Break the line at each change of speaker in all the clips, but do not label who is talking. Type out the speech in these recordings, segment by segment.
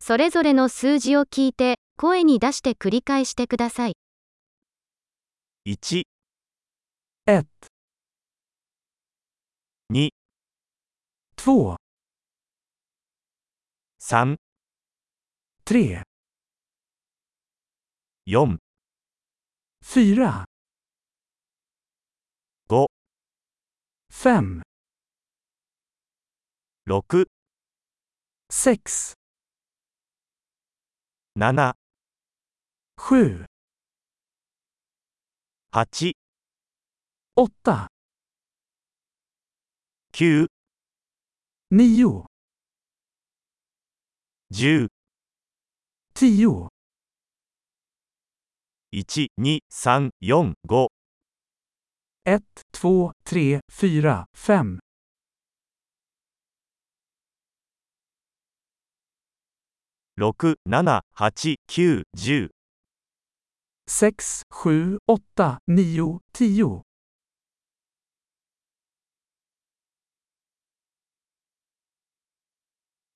それぞれの数字を聞いて、声に出して繰り返してください。
1、
1,
2、
2,
3、
3,
4、
4,
5、
5,
6、
6,
7、
7,
8、
8,
9、
9,
10、
10,
1、2、3、4、5、
1, 2, 3, 4, 5,
6、7、8、9、10、
6, 7, 8, 9, 10,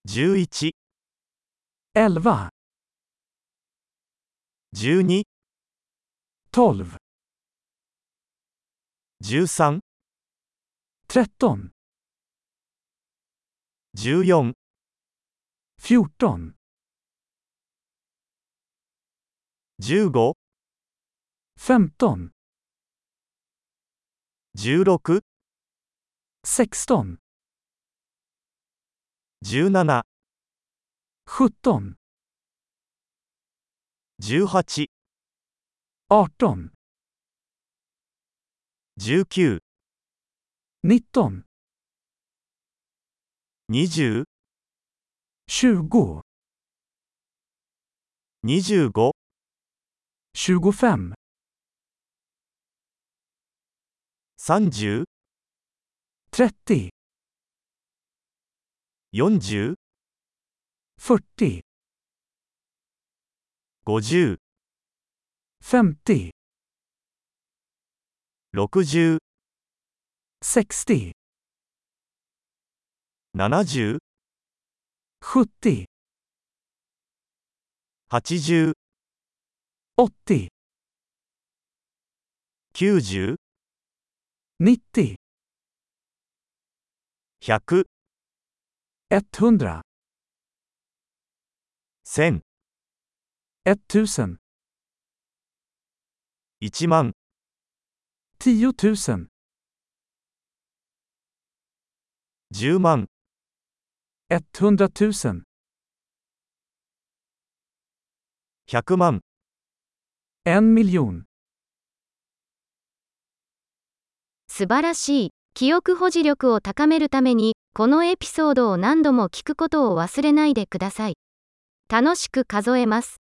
11、
11,
12、
12,
13、
13,
14、
14,
15、
15,
16、
16,
17、
17,
18、
18,
19、
19,
20、25、
20, 25,
30、
30,
40、
40,
50、
50,
60、
60,
70、80、
70, 80,
90、100、
90, 100,
1000、
1000,
1万、
10 000,
10万、
100 000,
100万、
en miljon.
素晴らしい。記憶保持力を高めるために、このエピソードを何度も聞くことを忘れないでください。楽しく数えます。